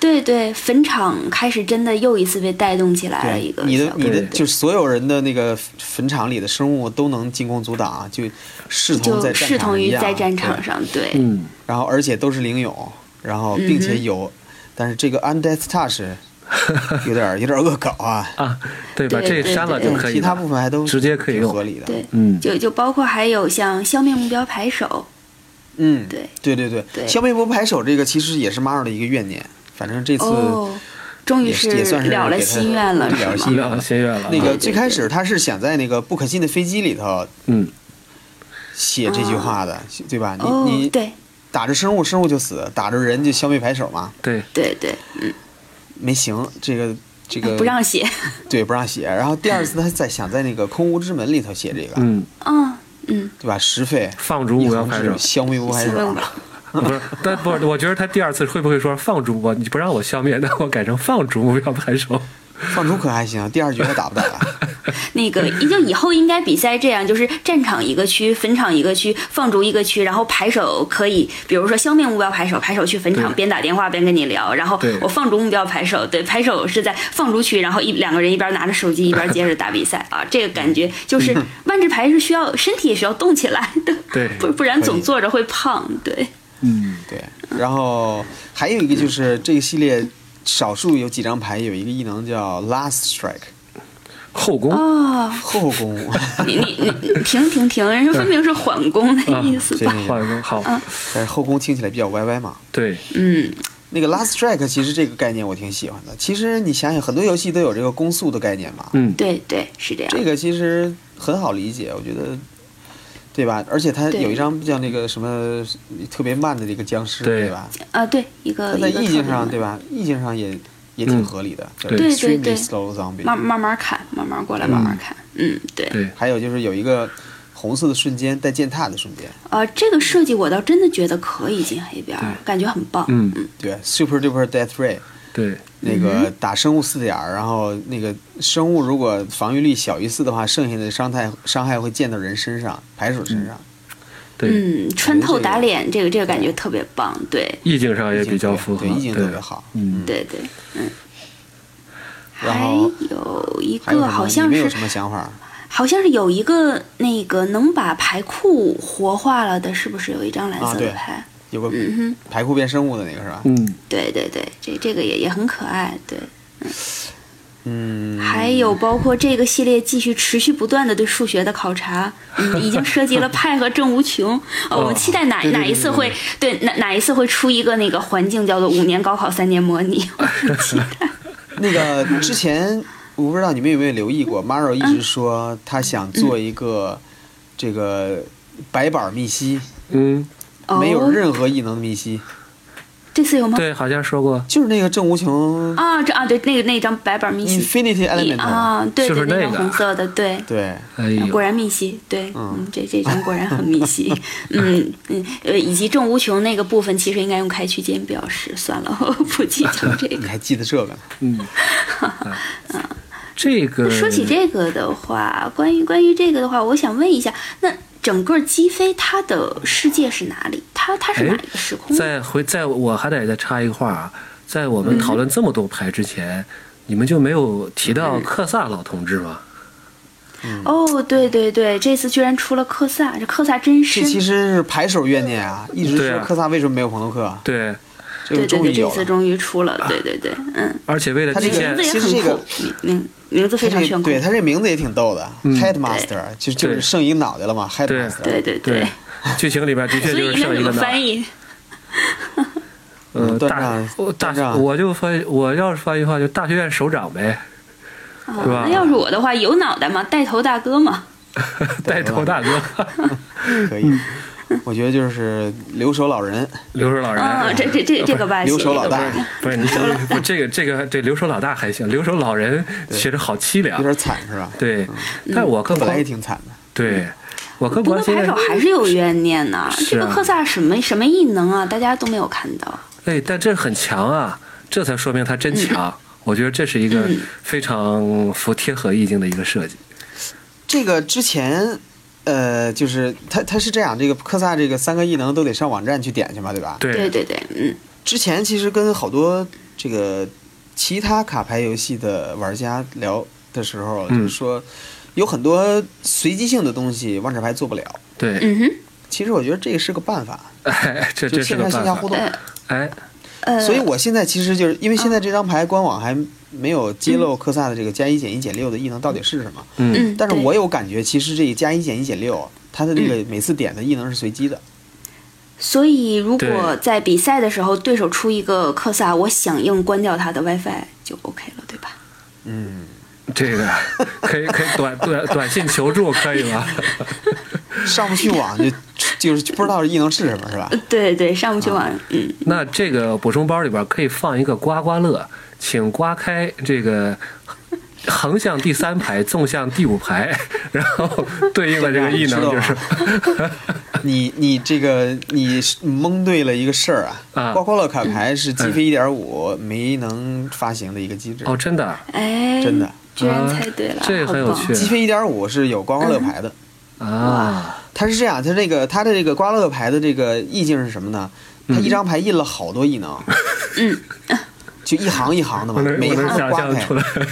对对，坟场开始真的又一次被带动起来了一个
你的
效果
你的
对
就是所有人的那个坟场里的生物都能进攻阻挡，就视同在
就
战
视同
场一
于
样。
在战
对
场上，对，
嗯，
然后而且都是灵勇，然后并且
嗯
有，但是这个 undeath touch 有点儿有点儿恶搞啊，
啊，对，把
对
这
对
删了
对
就
但
可
是
以了，
其他部分还都
直接可以
挺
用
合理的。
对，
嗯
就就包括还有像消灭目标牌手，
嗯，
对
对对对
对
消灭波牌手这个其实也是 Mario 的一个怨念，反正这次
哦，终于
也是也算是
了了
给他
心愿了，
对
是
了了
吗
心
了心愿了啊，
那
对
个
对
最开始他是想在那个不可信的飞机里头
嗯，
写这句话的，对吧？你、
哦，
你
对
打着生物，生物就死；打着人就消灭牌手嘛，
对，
对对，
没行，这个这个
哎不让写，
对不让写。然后第二次他在想在那个空无之门里头写这个，
嗯，
嗯嗯，
对吧？十费
放逐目标拍手，
消灭无害
消灭
者
目标，
不是，但 不是，我觉得他第二次会不会说放逐我？你不让我消灭，那我改成放逐目标拍手。
放逐可还行，第二局我打不打了？
那 个就以后应该比赛这样，就是战场一个区，坟场一个区，放逐一个区，然后牌手可以，比如说消灭目标牌手，牌手去坟场
对
边打电话边跟你聊，然后
对
我放逐目标牌手，对，牌手是在放逐区，然后一两个人一边拿着手机一边接着打比赛啊，这个感觉就是嗯万智牌是需要身体也需要动起来 的，
对
不不然
可以
总坐着会胖，对，
嗯，
对，然后还有一个就是这个系列少数有几张牌有一个异能叫 Last Strike
后宫、
哦，
后宫，
你你你停停停，人家分明是缓攻的意思
这
吧？
啊后宫好，
但是后宫听起来比较歪歪嘛。
对，
嗯，
那个 Last Strike 其实这个概念我挺喜欢的。其实你想想，很多游戏都有这个攻速的概念嘛，
嗯，
对对，是这样。
这个其实很好理解，我觉得对吧？而且他
对
有一张叫那个什么特别慢的那个僵尸，
对
对吧？
啊，对，一
他
个
在
一个
意境上，对
吧？
吧？意境上也也
嗯
挺合理的，叫
对
extremely
对
slow zombie。
慢慢慢看，慢慢过来，慢慢看。嗯，对。
对，
还有就是有一个红色的瞬间带践踏的瞬间，
呃，这个设计我倒真的觉得可以进黑边儿，感觉很棒。
嗯，
对，super duper death ray，
对，
那
嗯
个打生物四点儿，然后那个生物如果防御力小于四的话，剩下的伤害伤害会溅到人身上、牌手
嗯
身上。
对，
嗯，穿透打脸，这个这个感觉特别棒。对，
意境上也
意境
比较
特别
符合，
对，意境特
对
别，好。
嗯，
对对，嗯。
然
还
后
有一
还有
个
什
好
么？你
像
们有
是
什么想法？
好像是有一个那个能把牌库活化了的，是不是有一张蓝
啊
色
对
的牌？
有个
嗯哼，
排库变生物的那个是吧？
嗯，
对对对，这这个也也很可爱。对，
嗯，
还有包括这个系列继续持续不断的对数学的考察，嗯， 已经涉及了派和正无穷。呃，我们期待哪
哦对对
哪一次会对哪哪一次会出一个那个环境叫做五年高考三年模拟。
那个之前我不知道你们有没有留意过，Maro 一直说他想做一个这个白板密西，
嗯，
哦，
没有任何异能的密西，
这次有吗？
对，好像说过，
就是那个正无穷
啊，这啊对，那个那张白板密西
Infinity Element，
啊，对
就
对
是，
那
那
张
个
红色的，对。
对，
哎呦，
果然密西，对，
嗯
嗯，这这张果然很密 西，嗯嗯，呃，以及正无穷那个部分，其实应该用开区间表示。算了，我不计较这
你
个。
还记得这个呢？
嗯，啊这个
说起这个的话，关于关于这个的话，我想问一下，那整个击飞它的世界是哪里？它它
哎
是哪一个时空？
再回在我还得再插一个话啊，在我
嗯
们讨论这么多牌之前，你们就没有提到
嗯
克萨老同志吗？
哦，对对对，这次居然出了克萨，这克萨真
这其
身，
实是牌手怨念啊，一直
对啊
说科萨为什么没有朋洛克，
对，
这
啊对
个
对
终
对，
于
这
有
次
了。
终于出了，对对对，嗯，
而且为了
他这
体
个
名
现
字也
其实
很
这个
酷，名名字非常
这
炫
个
酷，
对他这名字也挺逗的
嗯
，Headmaster 就就是剩一个脑袋了嘛
对
，Headmaster。
对对
对 剧情里边的确
所
就
以应
是
该
剩
怎
一个
么
脑。
翻译？
呃，
嗯段
大
长
我大
段长
我就翻，我要是翻译的话，就大学院首长呗，
啊
是吧
那要是我的话，有脑袋吗？带头大哥嘛。
带头大哥，
可以，
嗯
我觉得就是留守老人，
留守老人。
嗯，这这这这个吧，
哎留守
写
老
这个
大
吧
不哎是你不这个这个这留守老大还行，留守老人写着好凄
有
凉。
点嗯惨是吧？
对，但我跟
本来
关
也挺惨的。
对，我跟
嗯不过
关心
牌手还是有怨念呐、
是
这
啊
个克萨什么什么异能啊，大家都没有看到。
哎，但这很强啊，这才说明他
嗯
真强。我觉得这是一个非常符贴合意境的一个设计。
这个之前，呃，就是他他是这样，这个科萨这个三个异能都得上网站去点去嘛，对吧？
对
对
对对，嗯，
之前其实跟好多这个其他卡牌游戏的玩家聊的时候，
嗯
就是说有很多随机性的东西万智牌做不了。
对，
嗯哼，
其实我觉得这个是个办法，
哎，这
就
这是
线
个
上线
办
下互
法。
动。
呃
哎，
呃，啊
所以我现在其实就是因为现在这张牌官网还没有揭露科萨的这个加一减一减六的异能到底是什么，
嗯，
嗯，
但是
对嗯
我有感觉，其实这个加一减一减六，它的那个每次点的异能是随机的。
所以如果
对
在比赛的时候对手出一个克萨，我响应关掉他的 WiFi 就 OK 了，对吧？
嗯，
这个可以可以短短短信求助可以吗？
上不去网就就是就不知道异能是什么，是吧？
呃对对，上不去
啊
网，嗯，
那这个补充包里边可以放一个刮刮乐，请刮开这个横向第三排、纵向第五排，然后对应的这个异能就是
你你这个你蒙对了一个事儿
啊
啊！刮刮乐
嗯
卡牌是 G P 一点五没能发行的一个机制
哦，真的
哎，
真的，
居然
啊
猜对了，
这
好
很有
棒
趣
，G P 一点五是有刮刮乐牌的。
啊，
它是这样，它这个它的这个刮刮乐牌的这个意境是什么呢？
嗯
它一张牌印了好多异能，
嗯，
就一行一行的
我
嘛，
能
每一
我
行
能
都
想
刮
象出
开
来，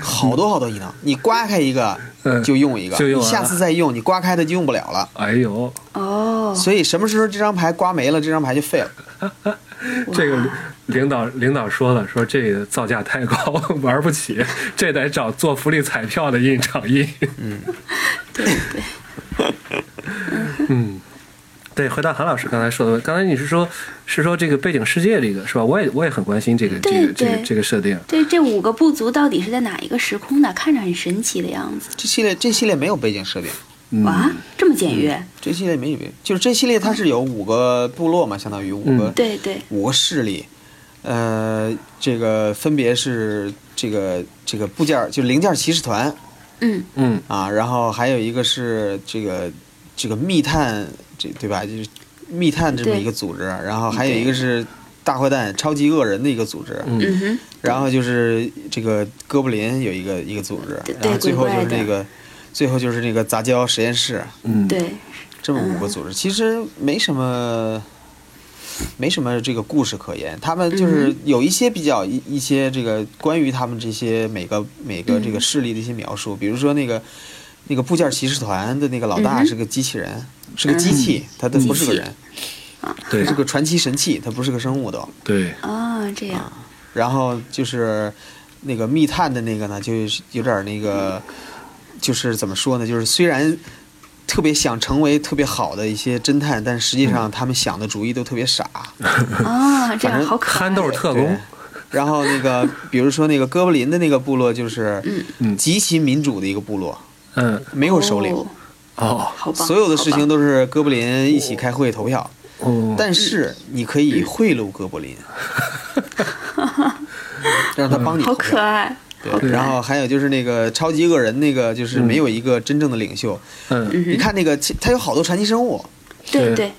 好多好多异能，你刮开一个
嗯
就用一个，
就用
你
完
下
了
次再用，你刮开的就用不了了。
哎呦，
哦，
所以什么时候这张牌刮没了，这张牌就废了。
这个领导领导说了，说这个造价太高， 玩不起，这得找做福利彩票的印厂印。
对对，
嗯，对，回答韩老师刚才说的问，刚才你是说，是说这个背景世界这个是吧？我也我也很关心这个这个
对
这个
对
这个设定。
这这五个部族到底是在哪一个时空的？看着很神奇的样子。
这系列这系列没有背景设定，
嗯
哇，这么简约，
这系列没没，就是这系列它是有五个部落嘛，相当于五个、
嗯
对对，
五个势力，呃，这个分别是这个这个部件儿就零件骑士团
嗯
嗯
啊，然后还有一个是这个这个密探这对吧？就是密探这么
对嗯
一个组织，啊然后还有一个是大坏蛋超级恶人的一个组织，
嗯
嗯哼，
然后就是这个哥布林有一个一个组织
对，
然后最后就是
鬼怪的
那个最后就是那个杂交实验室，
嗯，
对，
这么五个组织，其实没什么，没什么这个故事可言。他们就是有一些比较一一些这个关于他们这些每个每个这个势力的一些描述，比如说那个那个部件骑士团的那个老
嗯
大
哼
是个机器人，是个机器，他都不是个人，
对
是个传奇神器，他不是个生物都。
对，
哦，这样，
然后就是那个密探的那个呢，就是有点那个，就是怎么说呢？就是虽然特别想成为特别好的一些侦探，但实际上
嗯
他们想的主意都特别傻。
哦，这
反
样
正
好可爱
憨，豆特工
对，然后那个，比如说那个哥布林的那个部落，就是
嗯
极其民主的一个部落，
嗯
没有首领，
哦
哦
好棒，
所有的
好
事情
棒
都是哥布林一起开会投票。
哦，
但是你可以贿赂哥布 林，让他帮你投
好
票
可。爱，好可
对，
爱
然后还有就是那个超级恶人，那个就是没有一个真正的领袖。
嗯
你看那个，其他有好多传奇生物，
对
是
对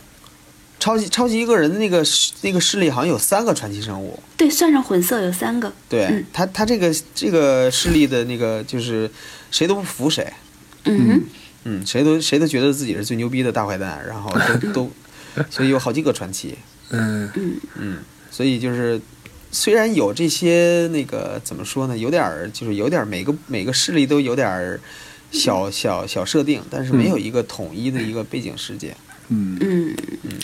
超级超级恶人的那个势那个势力好像有三个传奇生物。
对，算上混色有三个，
对、
嗯
他，他这个这个势力的那个就是谁都不服谁，
嗯哼，
嗯，谁都谁都觉得自己是最牛逼的大坏蛋，然后都都，所以有好几个传奇，
嗯
嗯，所以就是。虽然有这些那个怎么说呢，有点儿就是有点儿每个每个势力都有点儿小
嗯
小小设定，但是没有一个统一的一个背景世界。
嗯，
嗯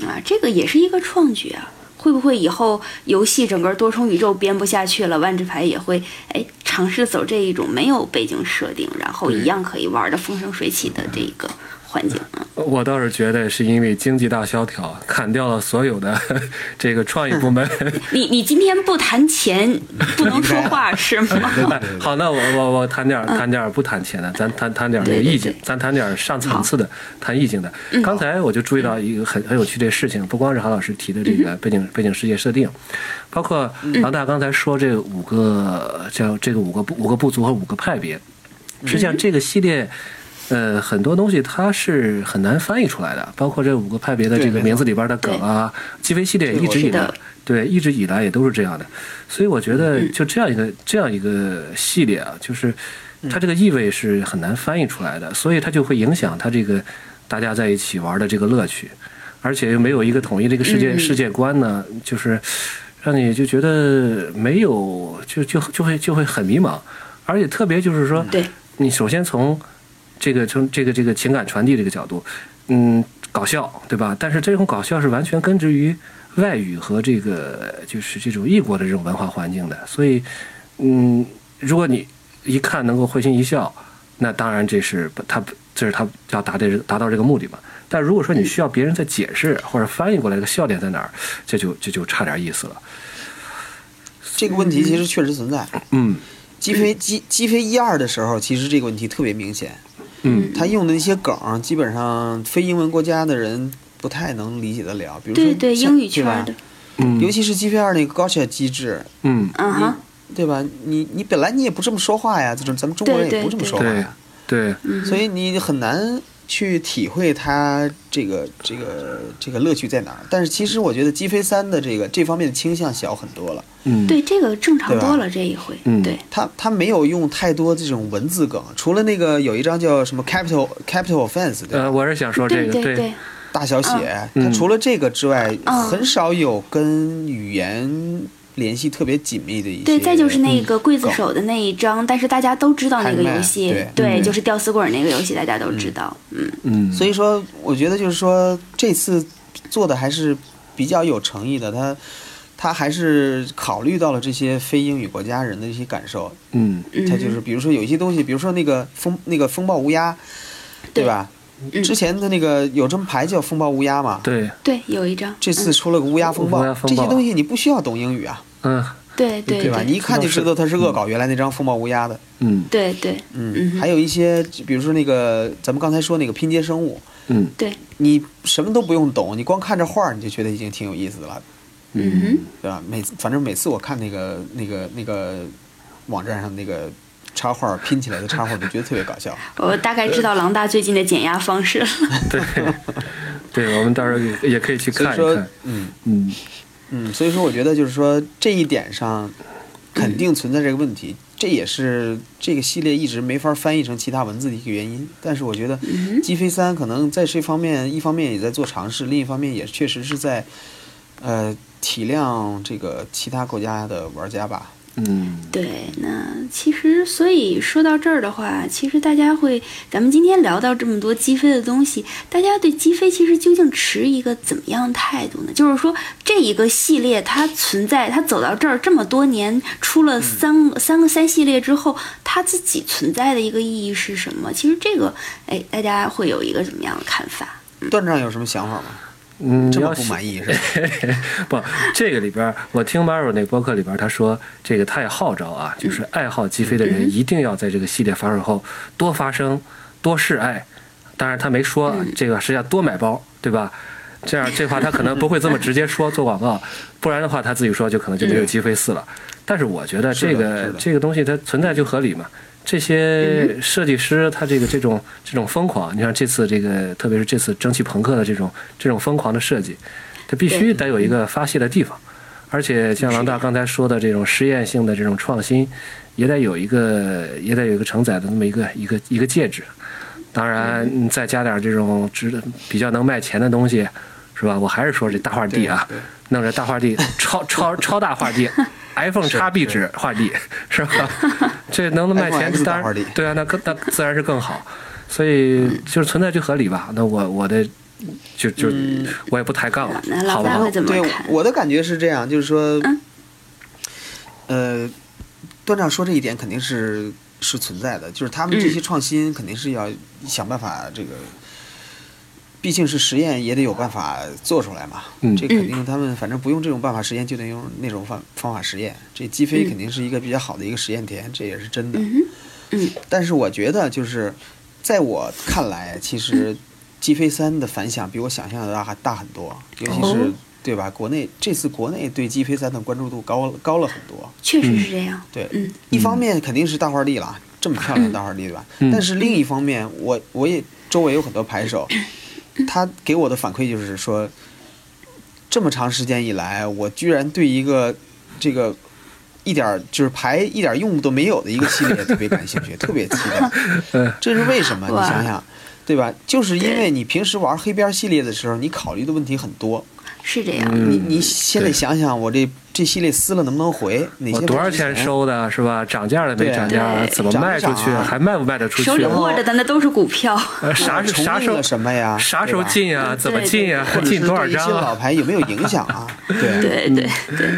啊，这个也是一个创举啊。会不会以后游戏整个多重宇宙编不下去了，万智牌也会哎尝试走这一种没有背景设定，然后一样可以玩的风生水起的这个环境 啊？
我倒是觉得是因为经济大萧条砍掉了所有的 这个创意 部门。
你你今天不谈钱，不能说话是 吗？
哎好，那我我我谈点儿谈点儿不谈钱的，咱谈谈点儿这个
嗯对对嗯
意境
对，
咱谈点儿上层次的，谈意境的。刚才我就注意到一个很很有趣的事情，不光是韩老师提的这
嗯
个背景背景世界设定，包括老大刚才说这五个叫这个五个部五个部族和五个派别，
嗯
实际上这个系列。呃，很多东西它是很难翻译出来的，包括这五个派别的这
对
个
没错
名字里边的梗啊，鸡飞系列
对
一直以
是的
来对，一直以来也都是这样的，所以我觉得就这样一个、这样一个系列啊，就是它这个意味是很难翻译出来的，所以它就会影响它这个大家在一起玩的这个乐趣，而且又没有一个统一的一个世界、世界观呢，就是让你就觉得没有就就就会就会很迷茫，而且特别就是说，
对，
你首先从这个从这个这个情感传递这个角度，嗯，搞笑对吧？但是这种搞笑是完全根植于外语和这个就是这种异国的这种文化环境的，所以，嗯，如果你一看能够会心一笑，那当然这是他这是他要达的达到这个目的嘛。但如果说你需要别人再解释或者翻译过来这个笑点在哪儿，这就这就差点意思了。
这个问题其实确实存在。
嗯
击飞击击飞一二的时候，其实这个问题特别明显。
嗯
他用的一些梗儿，基本上非英文国家的人不太能理解得了。比如说
对对，
像
英语圈儿的
对吧，
嗯，
尤其是击飞二那个 gotcha 机制，
嗯
嗯哼，
对吧？你你本来你也不这么说话呀，这种咱们中国人
对对
也不这么说话
对
呀，
对
所以你很难去体会它这个这个这个乐趣在哪儿。但是其实我觉得击飞三的这个这方面的倾向小很多了。
嗯
对这个正常
对吧
多了这一回，
嗯
对，
他他没有用太多这种文字梗，除了那个有一张叫什么 capital capital offense 对吧
呃，我是想说这
对
个
对对，
大小写，
嗯
他除了这个之外，
嗯
很少有跟语言联系特别紧密的一些。
对，再就是那个刽子
梗
手的那一章，但是大家都知道那个
拍卖
游戏，
对
嗯
就是吊死鬼儿那个游戏，大家都知道。嗯，
嗯，
所以说，我觉得就是说这次做的还是比较有诚意的，他他还是考虑到了这些非英语国家人的一些感受，
嗯
嗯
他就是比如说有一些东西，比如说那个风那个风暴乌鸦，对吧？
嗯
之前的那个有张牌叫风暴乌鸦嘛，
对
对，有一张。嗯
这次出了个乌鸦风暴，
乌鸦风
这
暴
些东西你不需要懂英语啊，
嗯
对对
对吧？你一看就知道他是恶搞原来那张《风暴乌鸦》的。
嗯
对对
嗯，还有一些，比如说那个咱们刚才说那个拼接生物，
嗯
对，
你什么都不用懂，你光看这画儿，你就觉得已经挺有意思的了，
嗯哼，
对吧？每反正每次我看那个那个那个网站上那个插画儿拼起来的插画儿，我就觉得特别搞笑。
我大概
呃
知道狼大最近的减压方式了。
对对，我们到时候也也可以去
所
看
以
一
说
看。，
嗯
嗯
嗯，所以说我觉得就是说这一点上肯定存在这个问题，这也是这个系列一直没法翻译成其他文字的一个原因。但是我觉得
嗯
《鸡飞三》可能在这方面，一方面也在做尝试，另一方面也确实是在呃体谅这个其他国家的玩家吧。
嗯，
对，那其实所以说到这儿的话，其实大家会，咱们今天聊到这么多鸡飞的东西，大家对鸡飞其实究竟持一个怎么样的态度呢？就是说这一个系列它存在，它走到这儿这么多年，出
嗯
了三、三个三系列之后，它自己存在的一个意义是什么？其实这个，哎，大家会有一个怎么样的看法？
段长有什么想法吗？
嗯，
这
你
么
要
不
喜
满意是 吧？
不，这个里边儿我听 Maro 那播客里边儿他说，这个他也号召啊，就是爱好鸡飞的人一定要在这个系列发售后多发声、多示爱。当然他没说
嗯
这个是要多买包，对吧？这样这话他可能不会这么直接说做广 告，不然的话他自己说就可能就没有鸡飞四了。但是我觉得这
是的是
个
的
这个东西它存在就合理嘛。这些设计师他这个这种这种疯狂，你像这次这个，特别是这次蒸汽朋克的这种这种疯狂的设计，它必须得有一个发泄的地方，而且像郎大刚才说的这种实验性的这种创新，也得有一个也得有一个承载的那么一个一个一个介质。当然，你再加点这种值得比较能卖钱的东西，是吧？我还是说这大画地啊，弄个大画地，超超超大画地，iPhone 叉壁纸画地，是吧？这能卖
iPhone
钱
X，
当
大画地
然对啊，那更那自然是更好。所以就是存在就合理吧。那我我的就就我也不抬杠了
那，老
好不
大
好
会？怎么
对
看？，
我的感觉是这样，就是说
嗯，
呃，段长说这一点肯定是是存在的，就是他们这些创新肯定是要想办法这个。毕竟是实验，也得有办法做出来嘛。
嗯
这肯定他们反正不用这种办法实验，就得用那种方方法实验。这鸡飞
嗯
肯定是一个比较好的一个实验田，这也是真的。
嗯哼，嗯
但是我觉得，就是在我看来，其实《鸡飞三》的反响比我想象的大大很多，尤其是、
哦
对吧？国内这次国内对《鸡飞三》的关注度高了高了很多。
确实是这样。
对，
嗯
一方面肯定是大花地了，这么漂亮的大花地，对吧？
嗯
但是另一方面，我我也周围有很多牌手，他给我的反馈就是说，这么长时间以来，我居然对一个这个。一点儿就是牌一点儿用都没有的一个系列特别感兴趣，特别期
嗯
待。这是为什么？你
哇
想想，对吧？就是因为你平时玩黑边系列的时候，你考虑的问题很多。
是这样。
嗯
你你先得
对
想想，我这这系列撕了能不能回？哪些
我哦多少
牌值
钱收的，啊是吧？涨价了没
对
涨价？
对
怎么卖出
涨
去？
不涨啊
还卖不卖得出去
手？里握着的那都是股票。
呃啥时
重
啥时
印
候
了什么呀？
啥时候
对吧？
进呀？怎么进呀
或？者是
进多少
对一些
张
老
啊？
牌有没有影响 啊？对，
对
嗯
对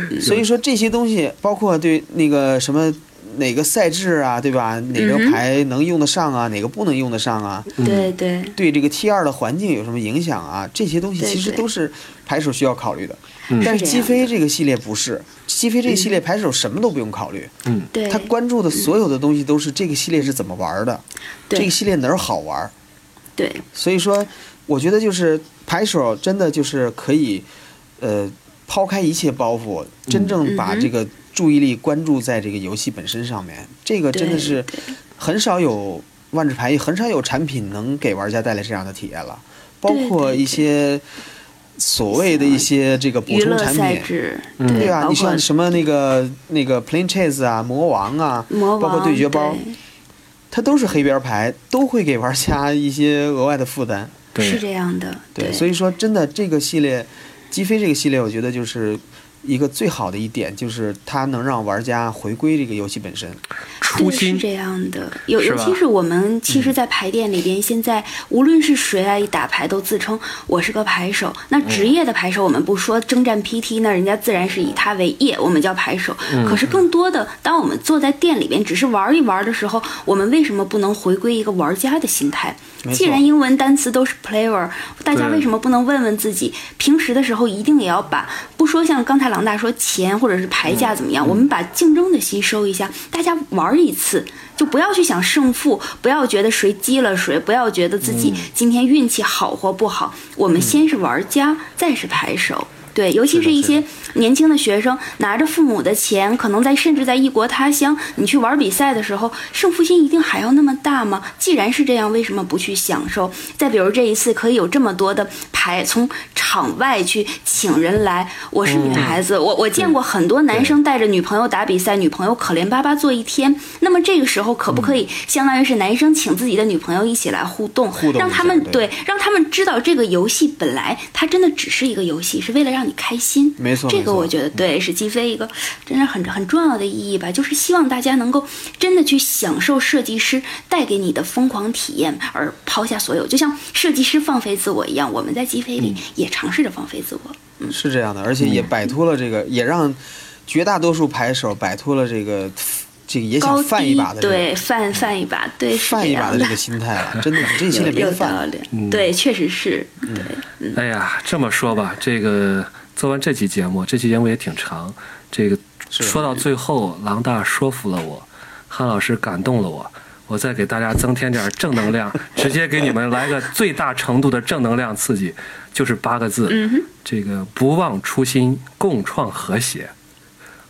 对，
所以说这些东西，包括对那个什么哪个赛制啊，对吧？哪个牌能用得上啊？哪个不能用得上啊？
嗯
对对
对这个 T 二的环境有什么影响啊？这些东西
对
其实
对
都是牌手需要考虑的。
嗯
但
是
是
这
击
样嗯
飞这个系列不是，击飞这个系列牌手什么都不用考虑，
嗯，
对，
他关注的所有的东西都是这个系列是怎么玩的，这
对
个系列哪儿好玩，
对
所以说，我觉得就是牌手真的就是可以，呃，抛开一切包袱，真正把这个注意力关注在这个游戏本身上面。这个呃真的是很少有万智牌，很少有产品能给玩家带来这样的体验了，包括一些所谓的一些这个补
娱
充
乐
产
赛
品。
制，
对啊，
包
你像
括
什么那个那个 Plane Chase 啊、魔王啊，
魔
包
王
括对决包，它都是黑边牌，都会给玩家一些额外的负担。
对是
对，
这样的，
对，所以说真的这个系列，击飞这个系列，我觉得就是一个最好的一点，就是它能让玩家回归这个游戏本身。
初
对，是
心
这样的，尤
是
尤
吧
其是我们其
嗯
实，在牌店里边，现在无论是谁来打牌，都自称我是个牌手。那职
嗯
业的牌手，我们不说征战 PT，那人家自然是以他为业，我们叫牌手。
嗯
可是更多的，当我们坐在店里边只是玩一玩的时候，我们为什么不能回归一个玩家的心态？
没
既
错
然英文单词都是 player，大家
对
为什么不能问问自己，平时的时候一定也要把不说像刚才郎大说钱或者是牌价怎么样，我们把竞争的吸收一下，大家玩一次，就不要去想胜负，不要觉得谁激了谁，不要觉得自己今天运气好或不好，我们先是玩家，再是牌手。对，尤其
是的
是一
是的
些年轻的学生拿着父母的钱，可能在甚至在异国他乡，你去玩比赛的时候，胜负心一定还要那么大吗？既然是这样，为什么不去享受？再比如这一次可以有这么多的牌，从场外去请人来。我是
嗯
女孩子，我我见过很多男生带着女朋友打比赛，女朋友可怜巴巴坐一天。那么这个时候可
嗯
不可以相当于是男生请自己的女朋友一起来互动，
互动一
让
下
他们
对
对让他们知道这个游戏本来它真的只是一个游戏，是为了让你开心。
没错
这个
没错嗯
我觉得对是击飞一个真的很很重要的意义吧，就是希望大家能够真的去享受设计师带给你的疯狂体验，而抛下所有，就像设计师放飞自我一样，我们在击飞
嗯
里也尝试着放飞自我。
是这样的，而且也摆脱了这个，也让绝大多数牌手摆脱了这个这个也
高
想犯一
低
把的这个
对犯犯一把，对是
犯
这
一把
样
的这个心态了，真的，你这现在没
有有
得
道
犯。嗯
理，对，确实是，对，
哎呀，这么说吧，这个做完这期节目，这期节目也挺长，这个
是
说到最后，郎大说服了我，汉老师感动了我。我再给大家增添点正能量，直接给你们来个最大程度的正能量刺激，就是八个字：
嗯哼，
这个不忘初心，共创和谐，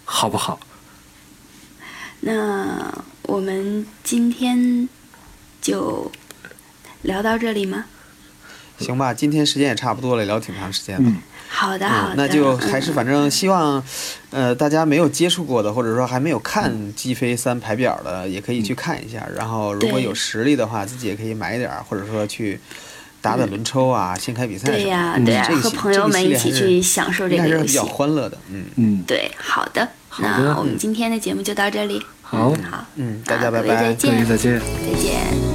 好不好？
那我们今天就聊到这里吗？
行吧，今天时间也差不多了，聊挺长时间了。
好的，好的，，
嗯那就还
嗯
是反正希望，呃，大家没有接触过的，或者说还没有看
嗯
《击飞三》排表的，也可以去看一下。然后如果
对
有实力的话，自己也可以买点儿，或者说去打打轮抽啊，先开比赛
嗯对
什么
呀、
的。嗯
对呀、
这个
和
系
朋友们一起去
这
享受
个系列
这
还
个游
是应该是比
戏
较。欢乐的。嗯
嗯，
对，好的，
好的
那我们今天的节目就到这里。
好
嗯好，
嗯，大家
那
拜
各位
拜
再。
各位
见，
再见。
再见